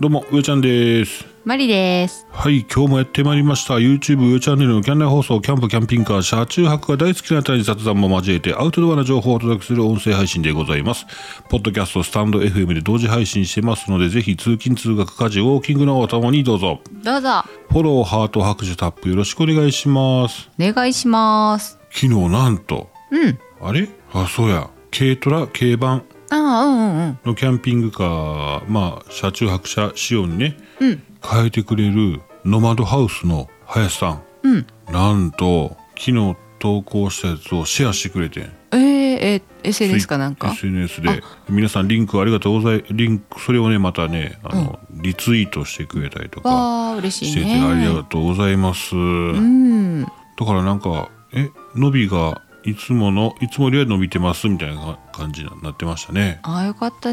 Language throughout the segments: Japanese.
どうも、上ちゃんです。マリです。はい、今日もやってまいりました。YouTube 上チャンネルのキャンナイ放送、キャンプ、キャンピングカー、車中泊が大好きなあたりに雑談も交えて、アウトドアな情報をお届けする音声配信でございます。ポッドキャスト、スタンド FM で同時配信してますので、ぜひ通勤、通学、家事、ウォーキングのお供にどうぞ。どうぞ。フォロー、ハート、拍手、タップ、よろしくお願いします。お願いします。昨日、なんと、うん。あれあ、そうや、軽トラ、軽バンああ、うんうんうん。のキャンピングカー、まあ、車中泊車仕様にね、うん。変えてくれるノマドハウスの林さんうん。なんと昨日投稿したやつをシェアしてくれてんえー、えー、SNS かなんか。ツイ SNS で皆さんリンクありがとうございリンクそれをねまたねあの、リツイートしてくれたりとかわあ、嬉ししていてありねが。とうございます、うん。だからなんかえ伸びがいつものいつもよりは伸びてますみたいな感じになってましたねああ、よかったあ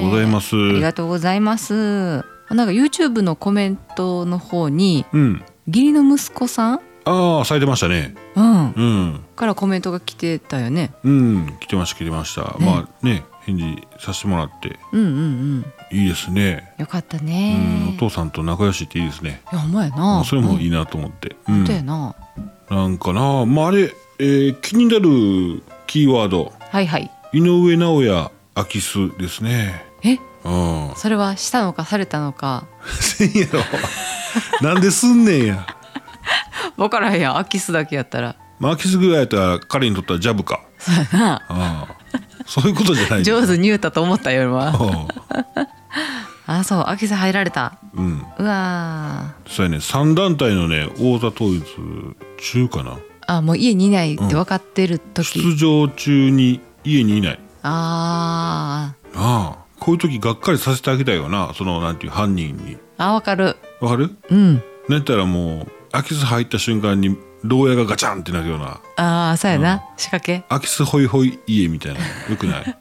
りがとうございますありがとうございます。あなんか YouTube のコメントの方にうん義理の息子さん、ああ咲いてましたねうん、うんからコメントが来てたよね。うん来てました来てました、まあね返事させてもらってうんうんうん。いいですね。よかったうん、ねお。父さんと仲良しっていいですね。いや、ほんまやまな。あそれもいい。いなと思って。う本ん当やな。なんかな、まあ、あれ、えー気になるキーワード、はいはい。井上尚弥空き巣ですね。え、うん。それはしたのかされたのか。せんやろ。 なんですんねんや。 わからへんやん空き巣だけやったらまあ空き巣ぐらいやったら彼にとってはジャブか。そうやなああ、そういうことじゃない。 上手に言うたと思ったより はうあそう空き巣入られたん。うん。うわそうやね、三団体のね、王座統一中かな。ーあもう家にいないって分かってる時、出場中に家にいない。あーああこういう時がっかりさせてあげたいよなそのなんていう犯人にあ分かるわかるうんなんやったらもう空き巣入った瞬間に牢屋がガチャンってなるようなああそうやな、仕掛け空き巣ホイホイ家みたいなよく ない、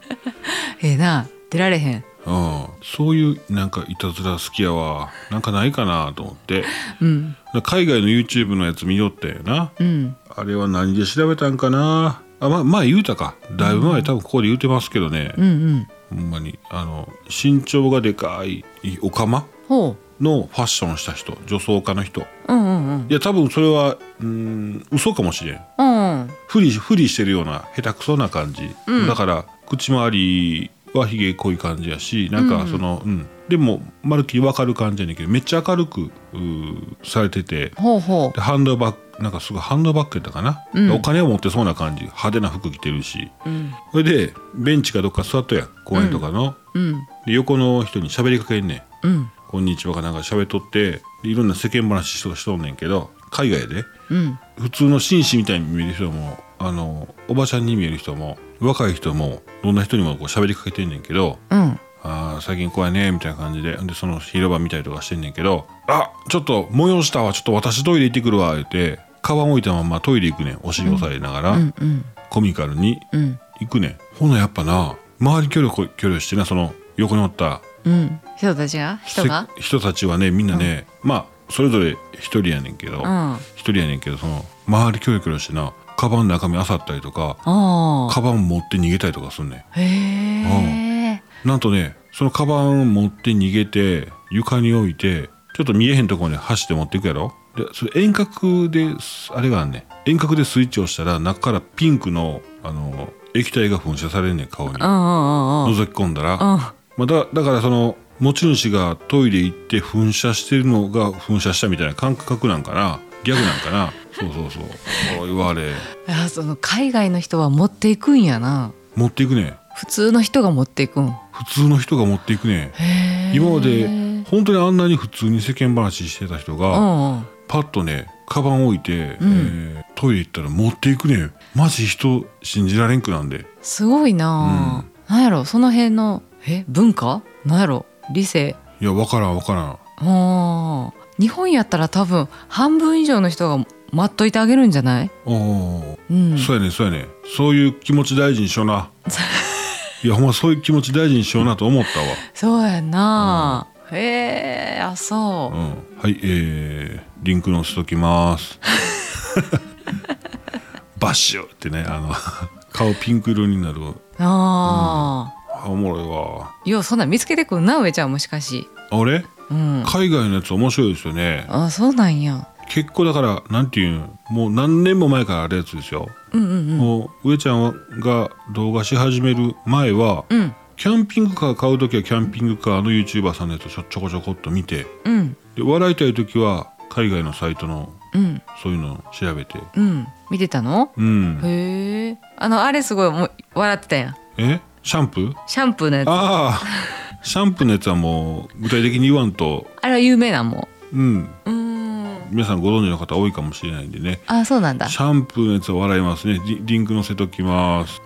ええな出られへんうん、そういうなんかいたずら好きやわなんかないかなと思ってうんな海外の YouTube のやつ見よったよなうんあれは何で調べたんかなあま前言うたかだいぶ前多分ここで言うてますけどねうんうんほんまにあの身長がでかいオカマほのファッションした人女装家の人ううんうんうんいや多分それはうーん嘘かもしれんうんうんふりふりしてるような下手くそな感じ、うんだから口周りはひげ濃い感じやしなんかその、うんでもまるっきり分かる感じやねんけどめっちゃ明るくうーされててほうほでハンドバッグなんかすごいハンドバッグやったかな、うんお金を持ってそうな感じ派手な服着てるしううんそれでベンチかどっか座っとやん公園とかの、うんで横の人に喋りかけんねんうん「こんにちは」かなんか喋っとってでいろんな世間話とかしとんねんけど海外でうん普通の紳士みたいに見える人もあのおばちゃんに見える人も若い人もどんな人にもこう喋りかけてんねんけどうん「あー最近怖いね」みたいな感じででその広場見たりとかしてんねんけど「あちょっと催したわちょっと私トイレ行ってくるわ」言ってカバン置いたままトイレ行くねんお尻押さえながら、うんうんコミカルにうん行くねんほなやっぱな周り距離距離してなその横におったうん人たちが人がせ人たちはねみんなね、まあそれぞれ一人やねんけどうん一、人やねんけどその周りキョロキョロしてなカバンの中身漁ったりとかああカバン持って逃げたりとかすんねへえ。んなんとねそのカバン持って逃げて床に置いてちょっと見えへんところに走って持っていくやろでそれ遠隔ですあれがあんねん遠隔でスイッチを押したら中からピンクのあの液体が噴射されんねん顔にうんうんうんうん。覗き込んだらうん。まあ、だだからその持ち主がトイレ行って噴射してるのが噴射したみたいな感覚なんかなギャグなんかなそうそう そうおいわあれあその海外の人は持っていくんやな。持っていくね普通の人が持っていくん。普通の人が持っていくねへえ。今まうでん本当にあんなに普通に世間話してた人うが、ん。パッとねカバン置いて、うんえートイレ行ったら持っていくねマジ人信じられんくなんですごいな。なんやろその辺のえ文化？なんやろ理性。いやわからんわからんうん。日本やったら多分半分以上の人が待っといてあげるんじゃない？おおうん。そうやねそうやねそういう気持ち大事にしよう ないやほんまそういう気持ち大事にしようなと思ったわそうやな。へえ。あそうう。ん、はいえー、リンク載せときます バッシュってねあの顔ピンク色になるああ。あおもろいわようそんなん見つけてくんな上ちゃんもしかしあれうん海外のやつ面白いですよねあそうなんや結構だからなんていうんもう何年も前からあるやつですよ、うんうんうんもう上ちゃんが動画し始める前は、うんキャンピングカー買う時はキャンピングカーの YouTuber さんのやつをちょちょこちょこっと見てうんで笑いたい時は海外のサイトのうんそういうのを調べてうん見てたのうんへえあのあれすごいもう笑ってたやんえシャンプーシャンプーのやつあああシャンプーのやつはもう具体的に言わんとれは有名なんもうんううーん皆さんご存知の方多いかもしれないんでねあそうなんだシャンプーのやつは笑いますねリリンク載せときます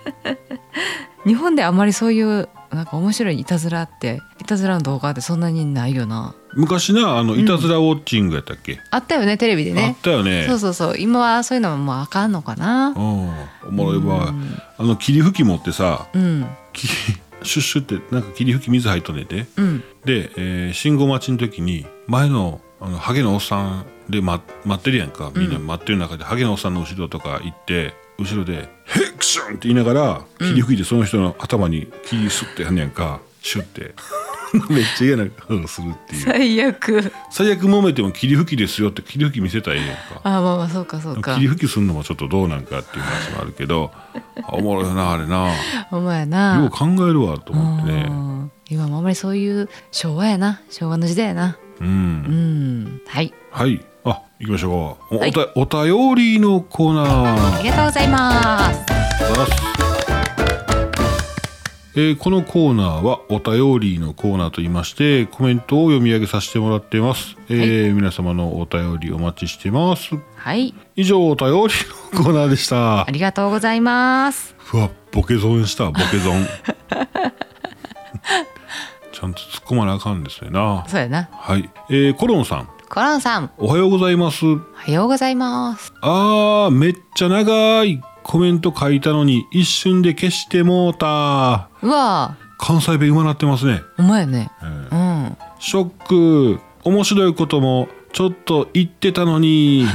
日本であまりそういうなんか面白いいたずらっていたずらの動画ってそんなにないよな昔なあのいたずらウォッチングやったっけ、あったよねテレビであっねたよねそうそうそう今はそういうのももうあかんのかなうんおもろいわあの霧吹き持ってさうんきシュッシュってなんか霧吹き水入っとんねんでうんで、えー信号待ちの時に前のあのハゲのおっさんで、ま、待ってるやんかみんな待ってる中で、ハゲのおっさんの後ろとか行って後ろで「ヘクション!」って言いながら霧吹いてその人の頭に霧すってやんねやんかシュッて めっちゃ嫌な顔するっていう最悪最悪揉めても霧吹きですよって霧吹き見せたらええやんかあまあまあそうかそうか霧吹きするのもちょっとどうなんかっていう話もあるけどあおもろいよなあれなお前やなよう考えるわと思ってうねん今もあんまりそういう昭和やな昭和の時代やなうんうんはいはい。あ、行きましょうか。お,、はいたお便りのコーナー。あありりがとうございますがとうございますえーこのコーナーはお便りのコーナーと言いましてコメントを読み上げさせてもらっています、えー皆様のお便りお待ちしてますはい以上お便りのコーナーでしたありがとうございますうわボケ損したボケ損 ちゃんと突っ込まなあかんですよなそうやなはい、えーコロンさんコロンさんおはようございますおはようございますあーめっちゃ長いコメント書いたのに一瞬で消してもうたうわ関西弁馬なってますね、お前やねうんうんショック面白いこともちょっと言ってたのに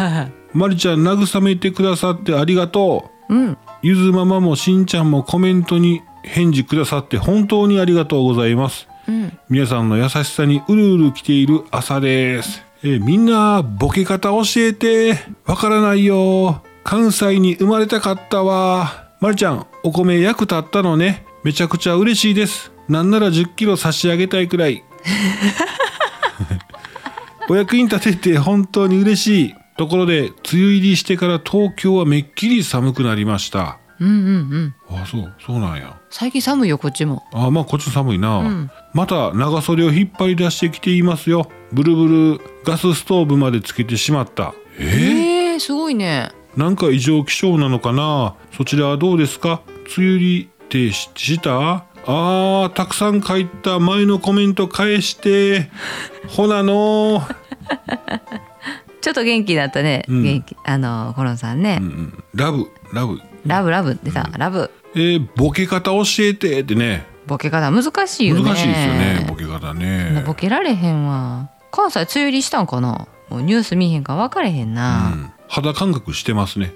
まりちゃん慰めてくださってありがとううんゆずママもしんちゃんもコメントに返事くださって本当にありがとうございますうん皆さんの優しさにうるうる来ている朝です。えーみんなボケ方教えて。わからないよ。関西に生まれたかったわ。まるちゃん、お米役立ったのね。めちゃくちゃ嬉しいです。なんなら10キロ差し上げたいくらい。 お役に立てて本当に嬉しい。ところで、梅雨入りしてから東京はめっきり寒くなりました。うんうんうんあ、そう、そうなんや。最近寒いよこっちもあまあこっち寒いな、んまた長袖を引っ張り出してきていますよブルブルガスストーブまでつけてしまったえええーすごいねー、なんか異常気象なのかなそちらはどうですか梅雨入りってししたあーたくさん書いた前のコメント返して ほなのーちょっと元気だったね、うん元気あのコロンさんね、うんうんラブラブラブラブってさ、ラブえーボケ方教えてってねボケ方難しいよ難ねしいですよねボケ方もねうボケられへんわ関西梅雨入りしたんかなもうニュース見へんから分かれへんうな、ん、肌感覚してますね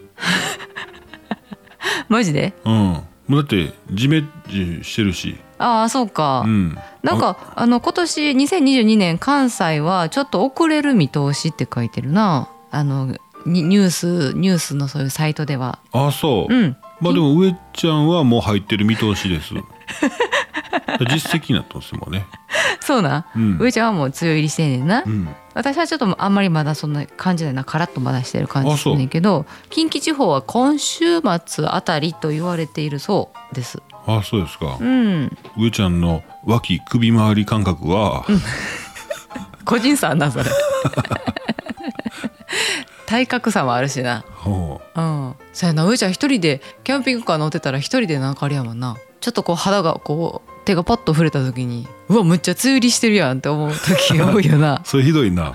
マジでうんもうだってジメジしてるしああそうか、うん、なんかあの今年2022年関西はちょっと遅れる見通しって書いてるなあのにニュースニュースのそういうサイトではああそう、うんまあでも上ちゃんはもう入ってる見通しです 実績になったんですよもうねそうな、うん上ちゃんはもう梅雨入りしてんねんな、うん私はちょっとあんまりまだそんな感じだなカラッとまだしてる感じあすそうるねんけど近畿地方は今週末あたりと言われているそうですああそうですかう、ん上ちゃんの脇首回り感覚は、個人差あんな それ体格差もあるしなほううんそうやな上ちゃん一人でキャンピングカー乗ってたら一人でなんかあれやもんなちょっとこう肌がこう手がパッと触れた時にうわむっちゃ梅雨入りしてるやんって思う時 が多いよなそれひどいな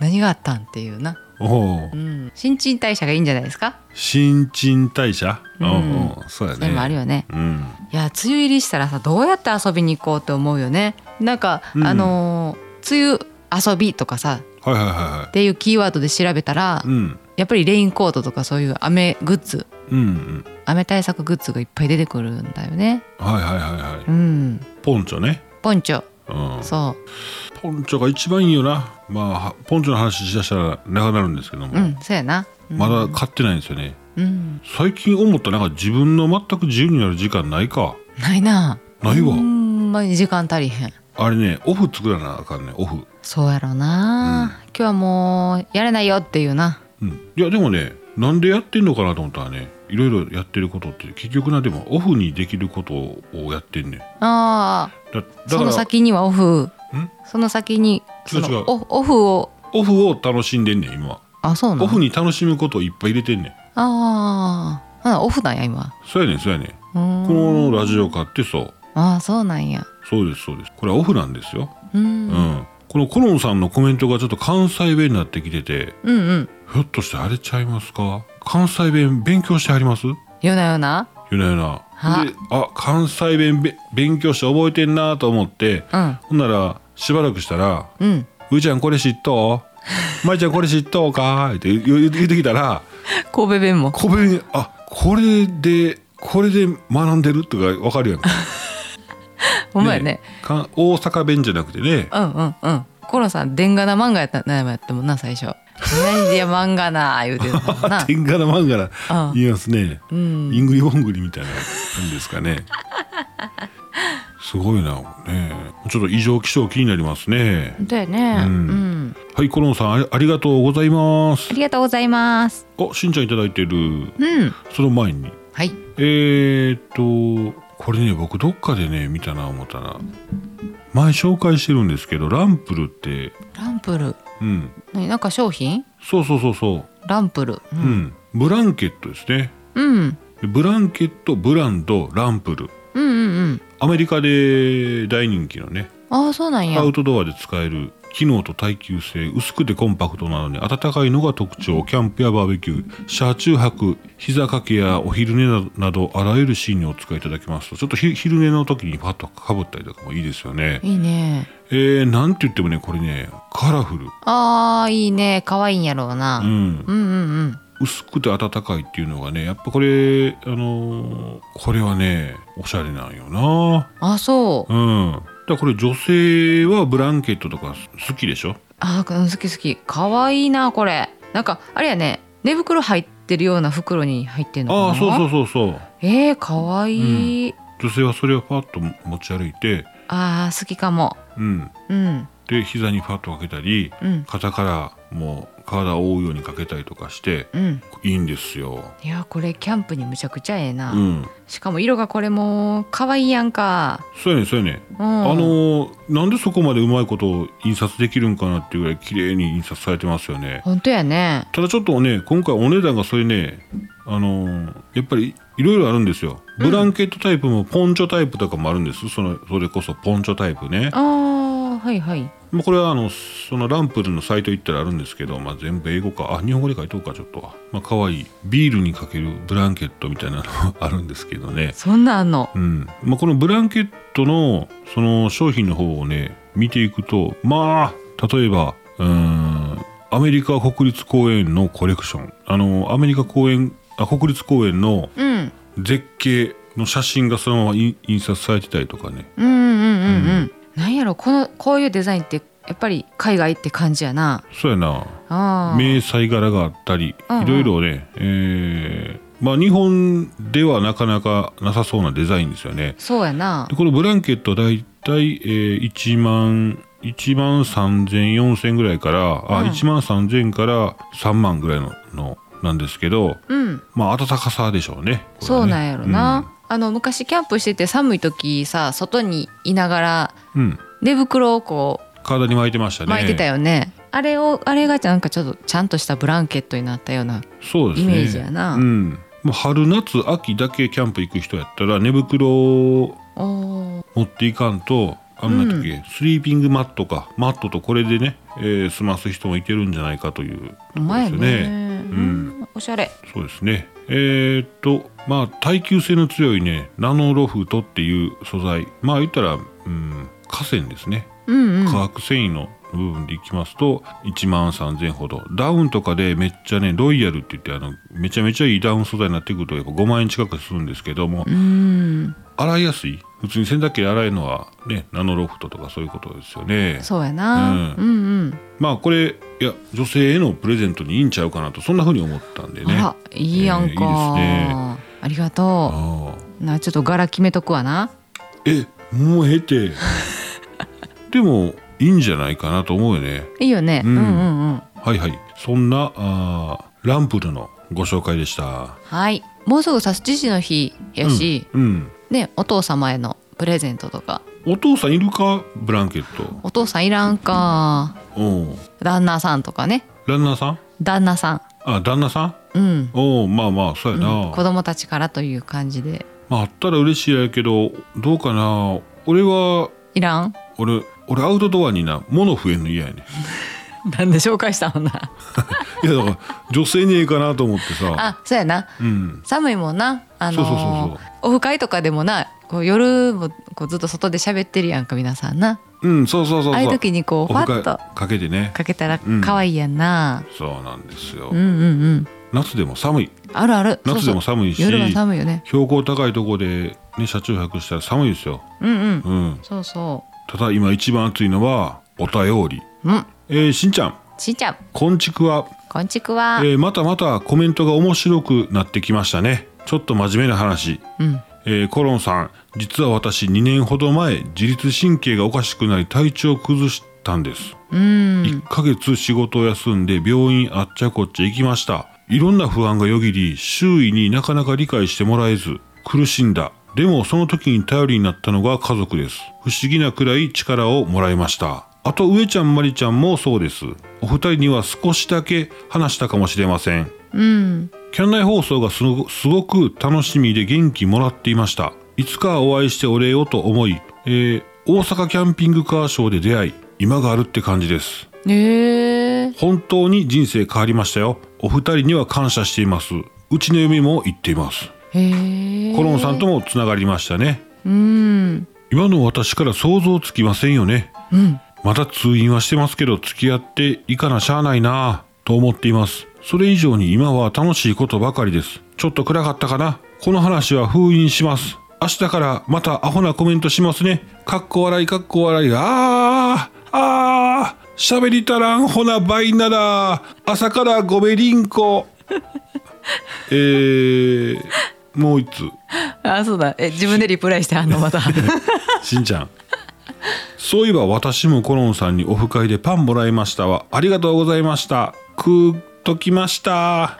何があったんっていうな、おううん、新陳代謝がいいんじゃないですか新陳代謝うんおうそうやそれもあるねよねうんいや梅雨入りしたらさどうやって遊びに行こうって思うよねなんか、うんあのー梅雨遊びとかさはいはいはいはっていうキーワードで調べたら、いうんやっぱりレインコートとかそういう雨グッズうんうんうん雨対策グッズがいっぱい出てくるんだよねはいはいはいはいうんポンチョねポンチョうんそポンチョが一番いいよなまあはポンチョの話しだしたら長くなるんですけども、ううんそうやな、うん、まだ買ってないんですよねうん最近思ったなんか自分の全く自由になる時間ないかないなないわほんまに時間足りへんあれねオフ作らなあかんねオフそうやろな、今日はもうやれないよっていうなうんいやでもねなんでやってんのかなと思ったらねいろいろやってることって結局なでもオフにできることをやってんねんあだだあかそのら先にはオフその先に違う違そうのオオフをオフを楽しんでんねん今はあそうなのオフに楽しむことをいっぱい入れてんねんああほなオフなんや今そうやねんそうやねんうーんこのラジオ買ってそうああそうなんやそうですそうですこれはオフなんですようーうんん、このコロンさんのコメントがちょっと関西弁になってきててうんうんひょっとしてあれちゃいますか関西弁勉強してありますよよなよななよなはであ関西弁べ勉強して覚えてんなと思ってうんほんならしばらくしたらうん「うーちゃんこれ知っとう? 」「まいちゃんこれ知っとうか?」って言う言う言ってきたら神戸弁も神戸弁あこれでこれで学んでるとか分かるやんか ほんまやねか大阪弁じゃなくてねうんうんうんコロさんでんがな漫画やった悩みやったもんな最初 何でや漫画な言うてたもんな天下の漫画うなん言いますね、うんイングリボングリみたいななんですかねすごいなねちょっと異常気象気になりますねだよねううんん、はいコロンさんありありがとうございますありがとうございますあしんちゃんいただいてるうんその前にはいえー、っとこれね僕どっかでね見たな思ったな前紹介してるんですけどランプルってランプルうん何なんか商品そうそうそうそうランプルううん、ブランケットですねうん、うん、でブランケットブランドランプルうんうんうんアメリカで大人気のねああそうなんやアウトドアで使える機能と耐久性薄くてコンパクトなのに暖かいのが特徴キャンプやバーベキュー車中泊膝掛けやお昼寝などあらゆるシーンにお使いいただきますとちょっとひ昼寝の時にパッとかぶったりとかもいいですよねいいねえー、なんて言ってもねこれねカラフル、あーいいね可愛いんやろうな、ううん、ん、うんうん薄くて暖かいっていうのがねやっぱこれあのーこれはねおしゃれなんよなあそううんだからこれ女性はブランケットとか好きでしょあーうん好き好き可愛いなこれなんかあれやね寝袋入ってるような袋に入ってんのかなああそうそうそうそうえー、可愛い、女性はそれをパッと持ち歩いて、あー好きかもうん、うんで膝にパッとかけたりうん肩からもう体を覆うようにかけたりとかしてうんいいんですよ。いやこれキャンプにむちゃくちゃええな、うん、しかも色がこれも可愛いやんか、そうやねそうやね、うん、あのーなんでそこまでうまいことを印刷できるんかなっていうぐらい綺麗に印刷されてますよね。本当やねただちょっとね今回お値段がそれねあのーやっぱりいろいろあるんですよ。ブランケットタイプもポンチョタイプとかもあるんですそのそれこそポンチョタイプね。あーはいはいまあ、これはあのそのランプルのサイト行ったらあるんですけど、まあ、全部英語かあ日本語で書いとくかちょっとはまあ可愛いビールにかけるブランケットみたいなのあるんですけどね、そんなんあんのうんまあ、このブランケットのその商品の方をね見ていくとまあ例えばうーんアメリカ国立公園のコレクションあのアメリカ公園あ国立公園のうん絶景の写真がそのまま印印刷されてたりとかねうんうんうんうん、なんやろこのこういうデザインってやっぱり海外って感じやなそうやなあー迷彩柄があったりうんうんいろいろね、えーまあ、日本ではなかなかなさそうなデザインですよね。そうやなでこのブランケットだいたい1万1万30004000ぐらいから、うんあ1万3000から3万ぐらいののなんですけどうんまあ暖かさでしょうね。これそはねうなんやろな、あの昔キャンプしてて寒い時さ外にいながらうん、うん寝袋をこ体に巻いてましたうね。巻いてたよねあれをあれがなんかちょっとちゃんとしたブランケットになったようなそうですね。イメージやなうん。もう春夏秋だけキャンプ行く人やったら寝袋おー持っていかんとあんな時、スリーピングマットかマットとこれでね、えー済ます人もいけるんじゃないかというお前ところねですようん、おしゃれそうですねえーっとまあ耐久性の強いねナノロフトっていう素材まあ言ったら、うん、河川ですねうんうん化学繊維の部分でいきますと1万3000ほどダウンとかでめっちゃねロイヤルって言ってあのめちゃめちゃいいダウン素材になってくるとやっぱ5万円近くするんですけども、うん洗いやすい普通に洗濯機で洗えるのはねナノロフトとかそういうことですよねそうやな、ううん、うんまあこれいや女性へのプレゼントにいいんちゃうかなとそんな風に思ったんでねあらいいやえーいいんか、ですねありがとああうなちょっと柄決めとくわなえもう経 てでもいいんじゃないかなと思うよねいいよね、ううんん、うんうんはいはいそんなあーランプルのご紹介でしたはいもうすぐさ父の日やし、うん、ねお父様へのプレゼントとかお父さんいるかブランケッお父さんいらんかトうん旦那さんとかねランナーさん旦那さんあ旦那さんうん、おまあまあそううやん、な、子供たちからという感じでまああったら嬉しいやけどどうかな俺はいらん俺俺アウトドアにな物増えんの嫌やねん なんで紹介したもんないやだから女性にええかなと思ってさあそうやなうん寒いもんなあのーそうそうそうオフ会とかでもなこう夜もこうずっと外で喋ってるやんか皆さんなうんそうそうそうそうああいう時にこうオフファ会ッとかけてねかけたら可愛いやんな、そうなんですよ、うん、うんうん夏でも寒いあるある夏でもそう寒いそうし夜は寒いよね標高高いところで、ね、車中泊したら寒いですよ、うんうんうん、そうそただ今一番暑いのはお便り、ううんえーしんちゃんしんちゃんこんちくわ、こんちくわ、えーまたまたコメントが面白くなってきましたねちょっと真面目な話、うんえーコロンさん実は私2年ほど前自律神経がおかしくなり体調を崩したんですうん1ヶ月仕事を休んで病院あっちゃこっちゃ行きましたいろんな不安がよぎり周囲になかなか理解してもらえず苦しんだでもその時に頼りになったのが家族です不思議なくらい力をもらいましたあと上ちゃんまりちゃんもそうですお二人には少しだけ話したかもしれませんうんキャンナイ放送がすごすごく楽しみで元気もらっていました。いつかお会いしてお礼をと思い、えー大阪キャンピングカーショーで出会い、今があるって感じです。えー、本当に人生変わりましたよ。お二人には感謝しています。うちの嫁も言っています。えー、コロンさんともつながりましたね。うん今の私から想像つきませんよね。うんまた通院はしてますけど付き合っていかなしゃあないなぁと思っていますそれ以上に今は楽しいことばかりですちょっと暗かったかなこの話は封印します明日からまたアホなコメントしますねかっこ笑いかっこ笑いあーあー喋りたらんほな倍なら朝からごべりん こえー、もう一つあそうだえ自分でリプライしてあんの またしんちゃん。そういえば私もコロンさんにオフ会でパンもらいましたわ。ありがとうございました。食うときま した。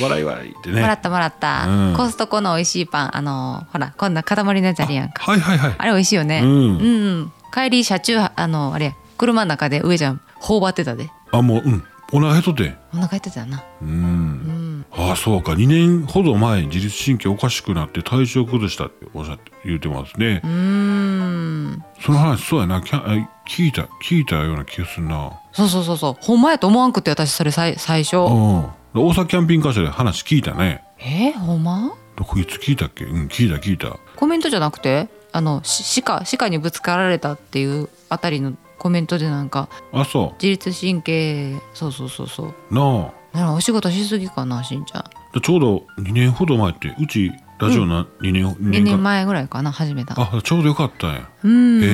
笑い笑いってね。もらはったもらった、うんコストコの美味しいパンあのほらこんな塊のやつあるやんかいはいはいあ。れ美味しいよね。ううんん、うん、帰り車中あのあれ車の中で上ちゃん頬張ってたで。あもううん。お腹減っとって。お腹減ってたな。うん。ああそうか。2年ほど前自律神経おかしくなって体調崩したっておっしゃって言ってますね。うーん。その話そうやな。キャンあ聞いた聞いたような気がするな。そうそうそうそう。ほんまやと思わんくて私それ最最初。うん。大阪キャンピングカーショーで話聞いたね。えー、ほんま？こいつ聞いたっけうん聞いた聞いた。コメントじゃなくてあのし鹿鹿にぶつかられたっていうあたりのコメントでなんかあそ自律神経そうそうそうそう。うなならお仕事しすぎかなしんちゃん。あちょうど2年ほど前ってうちラジオな、2年二2年年か前ぐらいかな始めた。あちょうどよかったんやうん。へ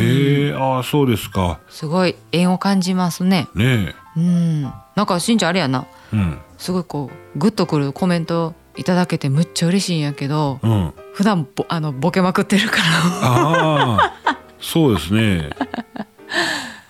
えああそうですかすごい縁を感じますね。ねうん。なんかしんちゃんあれやな。えうんすごいこうグッとくるコメントいただけてむっちゃ嬉しいんやけどうん普段ぼあのボケまくってるからああそうですね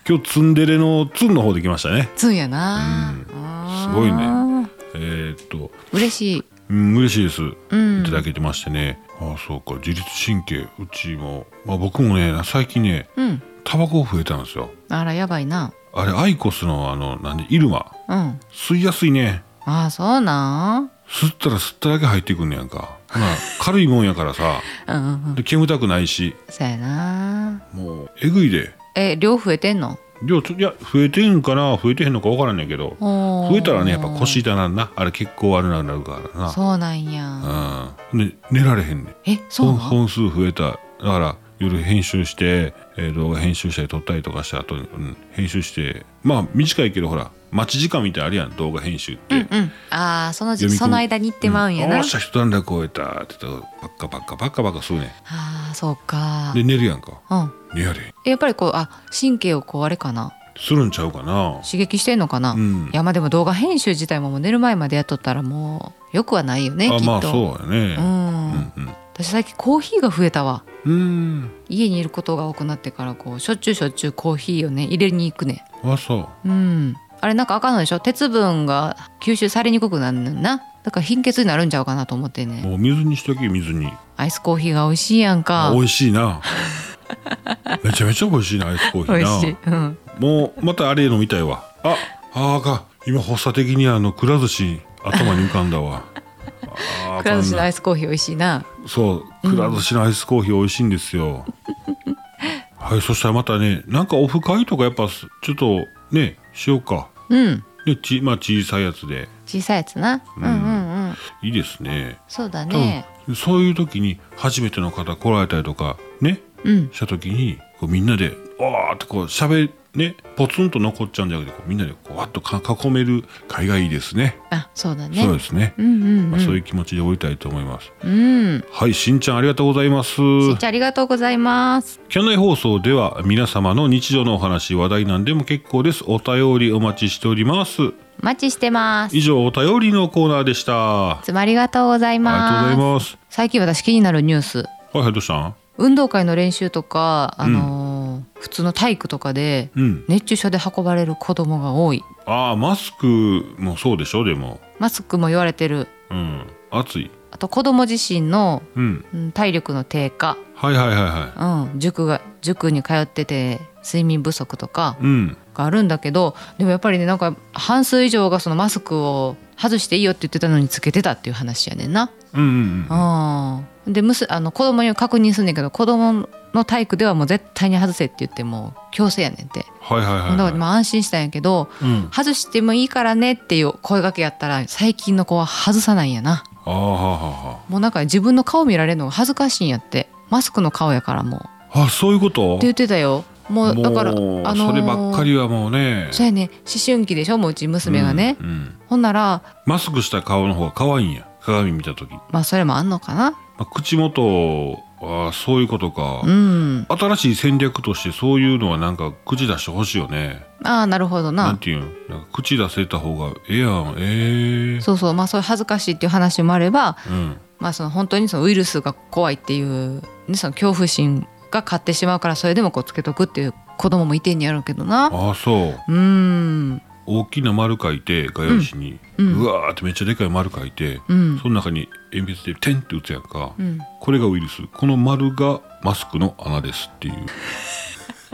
今日ツンデレのツンの方できましたね つんやなうんあーすごいねえー、っと嬉しいうん嬉しいですうんいただけてましてね、ああそうか自律神経うちも、まあ、僕もね最近ねうんタバコ増えたんですよあらやばいなあれアイコスのあの何イルマうん吸いやすいねああそうなん吸ったら吸っただけ入ってくんねやんか、ほな軽いもんやからさうんうんうんで煙たくないしそやなもうえぐいでえ量増えてんの量ちょいや増えてんかな増えてへんのか分からんねんけど増増えたらねやっぱ腰痛なんなあれ結構悪なるなるからなそうなんやう、ん、で寝られへんねんえそう本なん本数増えただから夜編集して、えー動画編集したり撮ったりとかした後に、うん、編集してまあ短いけどほら待ち時間みたいなのあるやん動画編集って、うん、ああその読み込時むその間に行ってまうんやな、おあっしゃ一段落終えたって言ったらパッカパッカパッカパッカするねあーそうかで寝るやんかうん寝やれやっぱりこうあ神経をこうあれかなするんちゃうかな刺激してんのかな、うんいやまあでも動画編集自体ももう寝る前までやっとったらもうよくはないよねきっあと、まあそうやうねん、うん私最近コーヒーが増えたわうん家にいることが多くなってからこうしょっちゅうしょっちゅうコーヒーをね入れに行くねうんあそううんあれなんかあかんのでしょ鉄分が吸収されにくくなるのになだから貧血になるんちゃうかなと思ってねもう水にしとき水にアイスコーヒーが美味しいやんか美味しい なめちゃめちゃ美味しいなアイスコーヒー美な味しい、うん、もうまたあれ飲みたいわああーか今発作的にあのくら寿司頭に浮かんだ わあーあくら寿司かのんアなイスコーヒー美味しいなそうくら寿司のアイスコーヒー美味しいんですよ、 はいそしたらまたねなんかオフ会とかやっぱすちょっとねしようかうんでちまあ小さいやつで小さいやつな、うん、うんうんいいですねそうだ多分ねそういう時に初めての方来られたりとかねうんした時にこうみんなで「わーってこうしゃべねポツンと残っちゃうんじゃなくてこうみんなでこうわっとか囲める会がいいですねあそうだねそうですね、うんうんまうあ、んそういう気持ちでおりたいと思います、うんはいしんちゃんありがとうございますしんちゃんありがとうございますキャンナイ放送では皆様の日常のお話話題なんでも結構ですお便りお待ちしておりますお待ちしてますい以上お便りのコーナーでしたあつもありがとうございりがとうごますざいます最近私気になるニュースはいはいどうしたん運動会の練習とか、あのー普通の体育とかでうん熱中症で運ばれる子供が多いああマスクもそうでしょでもマスクも言われてるうん暑いあと子供自身のうんうん体力の低下、はいはいはいはうん、塾が塾に通ってて睡眠不足とかいうんがあるんだけどでもやっぱりねなんか半数以上がそのマスクを外していいよって言ってたのにつけてたっていう話やねんな。うんうんうんうん、でむすあの子供に確認すんねんけど子供の体育ではもう絶対に外せって言ってもう強制やねんってはいはいはい、だかはらい。まあ安心したんやけどうん。外してもいいからねっていう声掛けやったら最近の子は外さないんやなああはあはもうなんか自分の顔見られるのが恥ずかしいんやってマスクの顔やからもうってあはあ。あそういうこと。言ってたよもうだからもうあのーそればっかりはもうね。そうやね思春期でしょもううち娘がね、うんうんほんならマスクした顔の方が可愛いんや。鏡見た時。ままあそれもあんのかなあ、口元ああそういうことかう。ん新しい戦略としてそういうのはなんか口出してほしいよね。ああなるほどなんなていうん。なんか口出せた方がええやん。ええそうそうまあそういう恥ずかしいっていう話もあればうん。まあ、その本当にそのウイルスが怖いっていう、ね、その恐怖心が勝ってしまうからそれでもこうつけとくっていう子供もいてんやろうけどなああそう。うーん大きな丸書いて画用紙に、ううんうんわーってめっちゃでかい丸書いて、うんその中に鉛筆で「テン」って打つやんか。うんこれがウイルスこの丸がマスクの穴ですっていう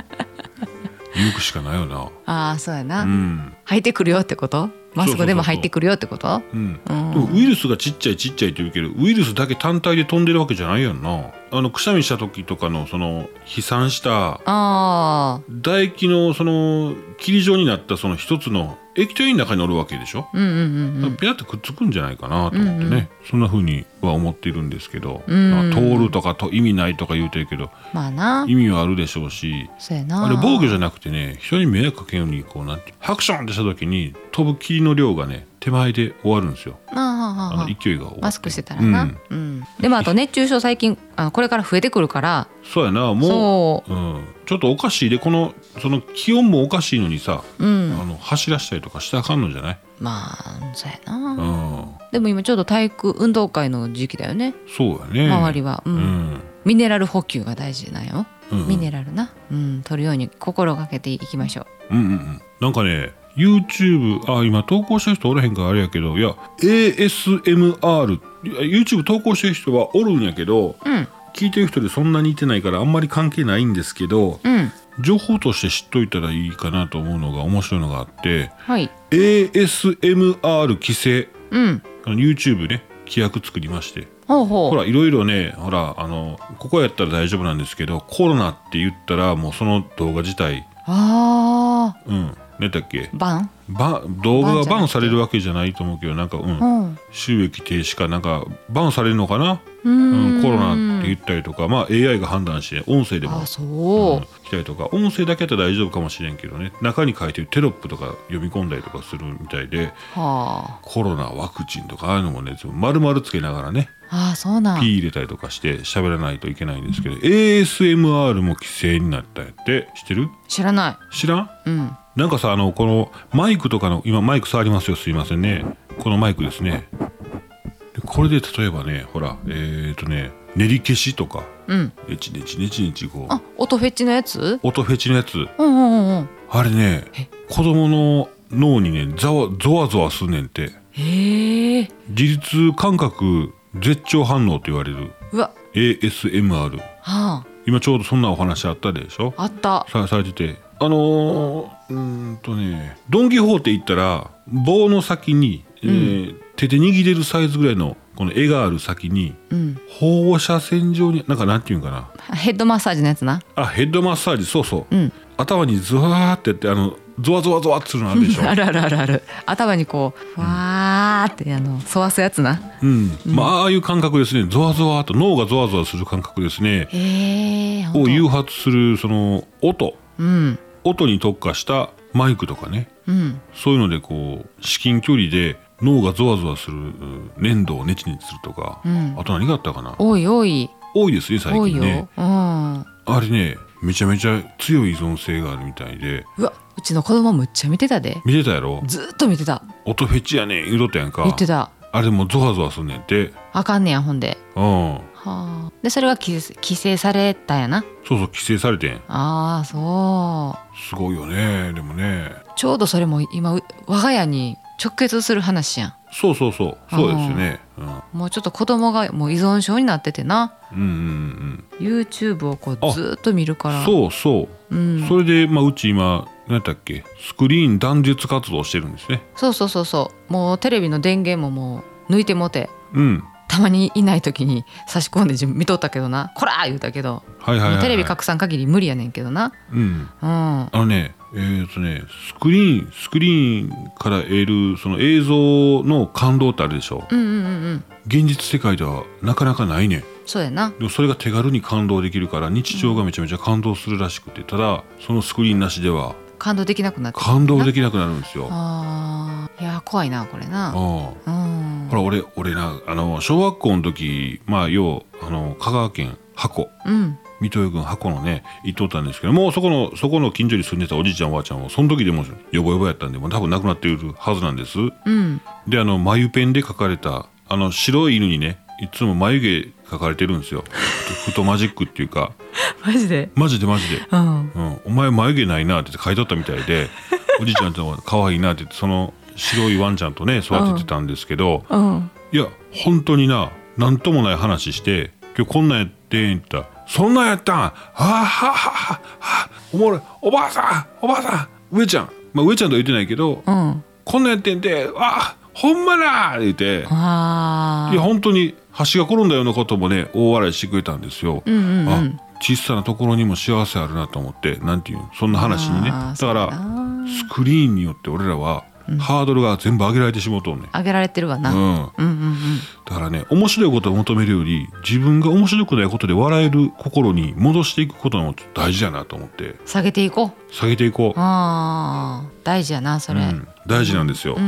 言うしかないよなああそうやな、うん、入ってくるよってことマスそうそうクでもそうそう入ってくるよってことうん、うでもんウイルスがちっちゃいちっちゃいって言うけどウイルスだけ単体で飛んでるわけじゃないやんなあのくしゃみした時とかのその飛散したああ唾液のその霧状になったその一つの液体の中に乗るわけでしょ、うんうんうんうんペラッとくっつくんじゃないかなと思ってね、うんうんそんな風には思っているんですけど、うんまあ通るとかと意味ないとか言うてるけどまあな意味はあるでしょうしそうやなあれ防御じゃなくてね人に迷惑かけんようにこうなんてハクションってした時に飛ぶ霧の量がね手前で終わるんですよあああああのあ勢いが終わってマスクしてたらな、ううんんでもあと熱中症最近あのこれから増えてくるからそうやなもそううん、ちょっとおかしいでこのその気温もおかしいのにさ、ううんあの走らしたりとかしたらあかんのじゃない、まあそうやな、うん、でも今ちょうど体育運動会の時期だよねそうやね周りは、ううんん、ミネラル補給が大事なんよ、うんミネラルな、うん、取るように心がけていきましょううんうんうんなんかね YouTube あ今投稿してる人おらへんからあれやけどいや ASMR いや YouTube 投稿してる人はおるんやけどうん聞いてる人でそんなにいてないからあんまり関係ないんですけどうん情報として知っといたらいいかなと思うのが面白いのがあってはい ASMR 規制うんあの YouTube ね規約作りましてほうほうほらいろいろねほらあのここやったら大丈夫なんですけどコロナって言ったらもうその動画自体あうん何だっけーバンば動画がバンじゃなくてバンされるわけじゃないと思うけどなんかうんうん収益停止かなんかバンされるのかな、ううんんコロナって言ったりとか、まあ、AI が判断して音声でもあ。そう、うん来たりとか音声だけだったら大丈夫かもしれんけどね中に書いてるテロップとか読み込んだりとかするみたいではコロナワクチンとかああいうのもね丸々つけながらねああそうなん P 入れたりとかして喋らないといけないんですけど ASMR も規制になったんやって知ってる知らな知らんいうんなんかさあのこのマイクとかの今マイク触りますよすいませんねこのマイクですねでこれで例えばねほらえー、とね練り消しとかうんねちねちねちねちこあ音フェチのやつ音フェチのやつうんうんうんうんあれねえ子供の脳にねざわゾワゾワすんねんってへえ自律感覚絶頂反応と言われるうわ ASMR は今ちょうどそんなお話あったでしょああったさされててあのー、うーんとねドン・キホーテ行ったら棒の先に、えー手で握れるサイズぐらいのこの絵がある先にうん放射線状になんかなんていうんかなヘッドマッサージのやつなあヘッドマッサージそうそう、うん頭にズワーってやってあのゾワゾワゾワってするのあるでしょ あるあるあるある頭にこうふわーってあの沿わすやつなうん、まあああいう感覚ですねゾワゾワと脳がゾワゾワする感覚ですねへえを誘発するその音うん音に特化したマイクとかねうんそういうのでこう至近距離で脳がゾワゾワするうん粘土をネチネチするとか、うんあと何があったかなおいおい多いですね最多い近よ、ねうんあれねめちゃめちゃ強い依存性があるみたいでうわうちの子供むっちゃ見てたで見てたやろずーっと見てた音フェチやねん言うとったやん言かってたあれもうゾワゾワすんねんてあかんねやほんでうんはあでそれが規制規制されたんやなそうそう規制されてんああそすごいよねでもねうちょうどそれも今う我が家に直結する話やそうそうそうそうですよね、うん、うんんもうちょっと子供がもう依存症になっててなうんうん YouTube をこうあずーっと見るかうらんそうそうう、ん、それで、まあ、うち今何やったっけスクリーン断絶活動してるんですねそうそうそうそうもうテレビの電源ももう抜いてもうてうんたまにいない時に差し込んで自分見とったけどなこらー言うたけど、はいはいはい、はい、もうテレビ拡散限り無理やねんけどなうんうんあのねえー、とねスクリーンスクリーンから得るその映像の感動ってあるでしょうんうんうんうん現実世界ではなかなかないねんそうやなでもそれが手軽に感動できるから日常がめちゃめちゃ感動するらしくてただそのスクリーンなしでは感動できなくなって感動できなくなるんですよああーいやー怖いなこれあなうんほら俺俺なあの小学校の時まあ要あの香川県箱うん水戸郡箱のね行っとったんですけどもうそこのそこの近所に住んでたおじいちゃんおばあちゃんもその時でもヨボヨボやったんでもう多分亡くなっているはずなんですうんであの眉ペンで描かれたあの白い犬にねいつも眉毛描かれてるんですよ ふとマジックっていうかマジでマジでマジで、うんうん、お前眉毛ないなって書いとったみたいでおじいちゃんとも可愛いなって言ってその白いワンちゃんとね育ててたんですけど、うんいや本当にな何ともない話して今日こんなんやってんって言ったら「そんなんやったんあーははははおもろいおばあさんおばあさん上ちゃん」まあ上ちゃんとは言ってないけど「うんこんなんやってんてあほんまだ!」って言ってあいや本当に橋が転んだようなこともね大笑いしてくれたんですよ。うんうんうんあ小さなところにも幸せあるなと思ってなんていうのそんな話にねあだーかそうらやなスクリーンによって俺らはハードルが全部上げられてしまうとんね、あげられてるわな、ううんん、うんうんだからね面白いことを求めるより自分が面白くないことで笑える心に戻していくことも大事だなと思って下げていこう下げていこう、あー大事やなそれ、う、うんん大事なんですよ、うんう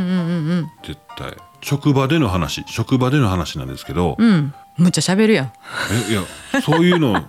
ん絶対職場での話職場での話なんですけど、うんうんむっちゃ喋るやん、えいやそういうの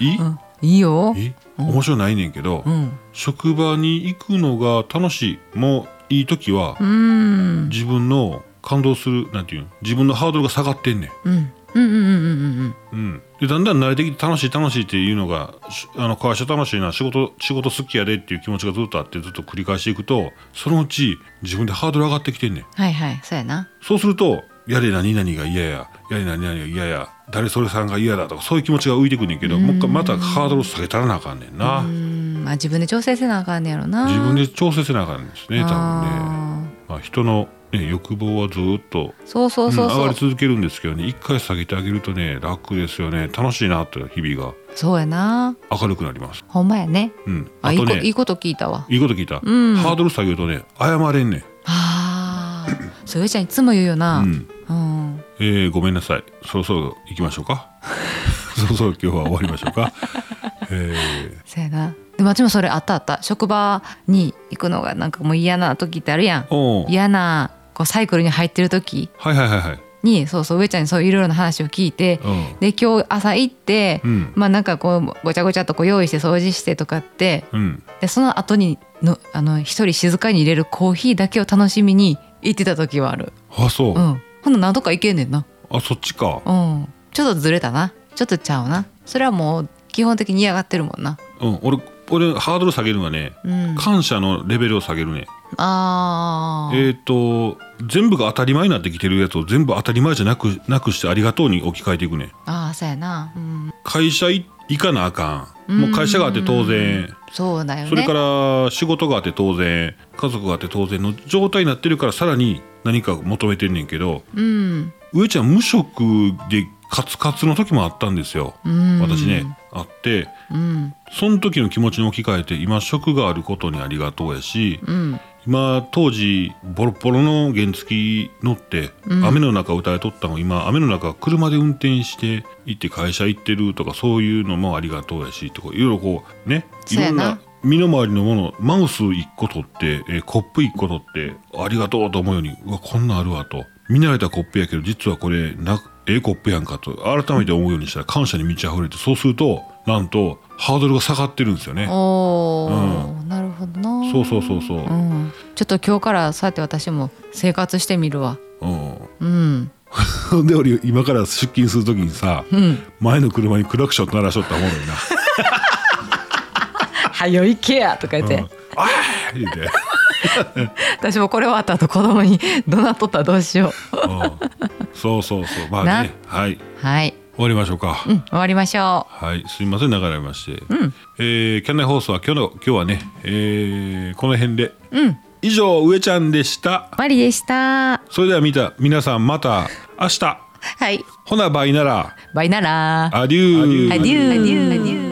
いい、うん、いいよえ面白ないねんけど、うん職場に行くのが楽しいもいい時は、うん自分の感動するなんていうの自分のハードルが下がってんねん。うんうんうんうんうんうんうん、でだんだん慣れてきて楽しい楽しいっていうのがしあの会社楽しいな仕事仕事好きやでっていう気持ちがずっとあってずっと繰り返していくとそのうち自分でハードル上がってきてんねんはいはいそうやなそうするとやれ何々が嫌ややれ何々が嫌や誰それさんが嫌だとかそういう気持ちが浮いてくんねんけどもう一回またハードル下げたらなあかんねんなうんまあ自分で調整せなあかんねやろな自分で調整せなあかんですね多分ね。あまあ、人のね、欲望はずっと、そうそうそううん上そがうり続けるんですけどね一回下げてあげるとね楽ですよね楽しいなって日々そうやなが明るくなります、ほんまやねうん、ああいいとこいねいこと聞いたわいいこと聞いた、うんハードル下げるとね謝れんねんああそういうちゃんいつも言うよなうんうん、えーごめんなさいそろそろ行きましょう かそろそろ今日は終わりましょうか、えーそうやなでも私もそれあったあった職場に行くのがなんかもう嫌な時ってあるやんおう嫌なこうサイクルに入ってる時はいはいはいはいにそうそう上ちゃんにそういろいろな話を聞いてうんで今日朝行って、うんまあなんかこうごちゃごちゃっとこう用意して掃除してとかってうんでその後にのあの一人静かに入れるコーヒーだけを楽しみに行ってた時はあるあそう、うんほんな何度か行けんねんなあそっちかうんちょっとずれたなちょっとちゃうなそれはもう基本的に嫌がってるもんなうん俺俺ハードル下げるのはねうん感謝のレベルを下げるね、あーえっ、と全部が当たり前になってきてるやつを全部当たり前じゃなくなくしてありがとうに置き換えていくねあーそうやなうん会社い行かなあかんもう会社があって当然そうだよねそれから仕事があって当然家族があって当然の状態になってるからさらに何か求めてんねんけどうん上ちゃん無職でカツカツの時もあったんですようん私ねあってうんその時の気持ちに置き換えて今職があることにありがとうやしうん今当時ボロボロの原付乗って雨の中歌いとったのを今雨の中車で運転して行って会社行ってるとかそういうのもありがとうやしとかいろいろこうねいそうろやんなな身の回りのものマウス1個取って、えーコップ1個取ってありがとうと思うようにうわこんなんあるわと見慣れたコップやけど実はこれなええコップやんかと改めて思うようにしたら感謝に満ち溢れてそうするとなんとハードルが下がってるんですよね。おーなるほどなそうそうそうそう、うん、ちょっと今日からそうやって私も生活してみるわうんうんほんで 俺今から出勤するときに さ、ん前の車にクラクション鳴らしとったもんな「早いけや」とか言って、うんあー言うて私もこれ終わった後子供にどなっとったらどうしよううんそうそうそうまあねはい終はい、わりましょうか、うん、終わりましょはいすいません流れまして、んえーキャンナイ放送は今日の今日はね、えーこの辺でううん以上上ちゃんでしたマリでしたそれでは見た皆さんまた明日はいほなバイならバイならアデューアデューアデュー